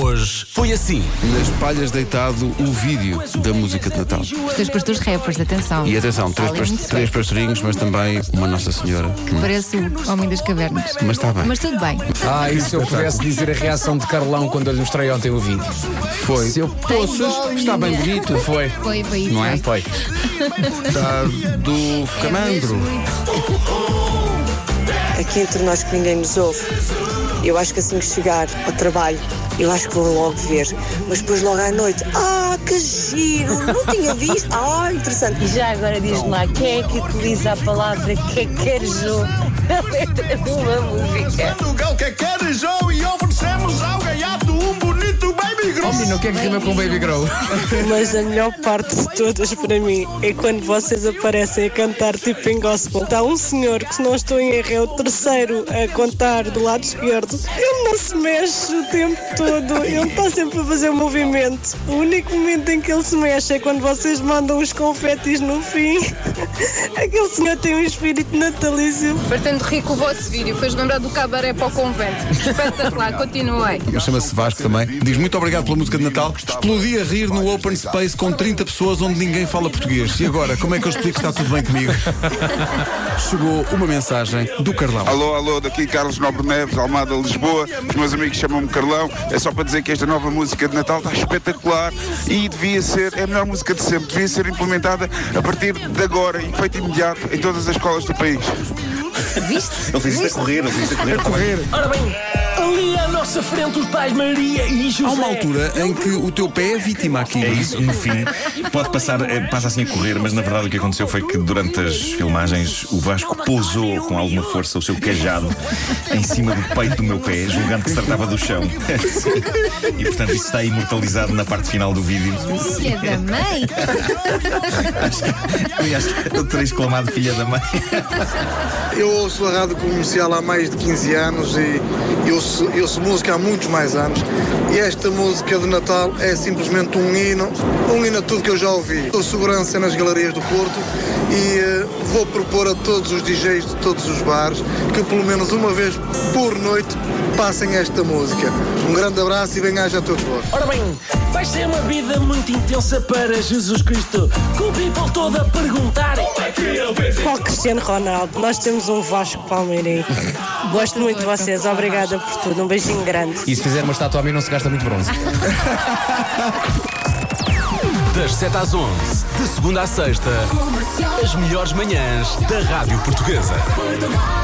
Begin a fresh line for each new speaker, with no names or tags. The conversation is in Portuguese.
Hoje foi assim.
Nas palhas deitado o vídeo da música de Natal.
Os teus pastores rappers, atenção.
E atenção, três,
Olha, é
pas-
muito
três pastorinhos, mas também uma Nossa Senhora.
bem. Parece o Homem das Cavernas.
Mas está bem.
Mas tudo bem.
Ah, e se eu pudesse dizer a reação de Carlão quando eu lhe mostrei ontem o vídeo?
Foi.
Se eu
Poças, está bem bonito.
Foi.
Foi, foi isso.
Não é?
Foi.
Está do
É
camandro.
mesmo muito.
Aqui entre nós que ninguém nos ouve. Eu acho que assim que chegar ao trabalho, eu acho que vou logo ver. Mas depois logo à noite, ah, que giro! Não tinha visto! Ah, interessante!
E já agora diz-me lá, quem é que utiliza a palavra cacarejo na letra de uma música?
Portugal que um quer João e oferecemos ao gaiato um bonito baby grosso.
Homem, não quer que rima com Baby Grow.
Mas a melhor parte de todas para mim é quando vocês aparecem a cantar tipo em gospel. Está um senhor que, se não estou em erro, é o terceiro a contar do lado esquerdo. Ele não se mexe o tempo todo, ele está sempre a fazer movimento. O único momento em que ele se mexe é quando vocês mandam os confetis no fim. Aquele senhor tem um espírito natalício.
Portanto, rico o vosso vídeo. Fez lembrar do cabaré para o convento. Espetacular, continuei.
Mas Chama-se Vasco também. Diz muito obrigado pela música de Natal. Explodi a rir no Open Space com 30 pessoas onde ninguém fala português. E agora, como é que eu explico que está tudo bem comigo? Chegou uma mensagem do Carlão.
Alô, alô, daqui Carlos Nobre Neves, Almada, Lisboa. Os meus amigos chamam-me Carlão. É só para dizer que esta nova música de Natal está espetacular e devia ser, é a melhor música de sempre, devia ser implementada a partir de agora, em efeito imediato, em todas as escolas do país.
Viste?
Ele fez isto a correr, ele fez isto a correr.
Ora bem, ali à nossa frente os pais Maria e José.
Há uma altura em que o teu pé é vítima aqui.
É isso, no fim. Pode passar, eh, passa assim a correr, mas na verdade o que aconteceu foi que durante as filmagens o Vasco pousou com alguma força o seu cajado em cima do peito do meu pé, julgando que se tratava do chão. E portanto isso está imortalizado na parte final do vídeo.
Filha é da mãe.
Aliás, eu terei exclamado filha da mãe.
Eu ouço a rádio comercial há mais de 15 anos e eu ouço, eu ouço música há muitos mais anos. E esta música de Natal é simplesmente um hino, um hino a tudo que eu já ouvi. Sou segurança nas galerias do Porto e eh, vou propor a todos os DJs de todos os bares que pelo menos uma vez por noite passem esta música. Um grande abraço e bem-aja a todos vós.
Ora bem, vai ser uma vida muito intensa para Jesus Cristo. Com o people todo a perguntar.
Para o Cristiano Ronaldo, nós temos um Vasco Palmeirense. Gosto muito de vocês, obrigada por tudo. Um beijinho grande.
E se fizer uma estátua a mim, não se gasta muito bronze.
Das 7 às 11, de segunda à sexta, as melhores manhãs da Rádio Portuguesa.
Portugal.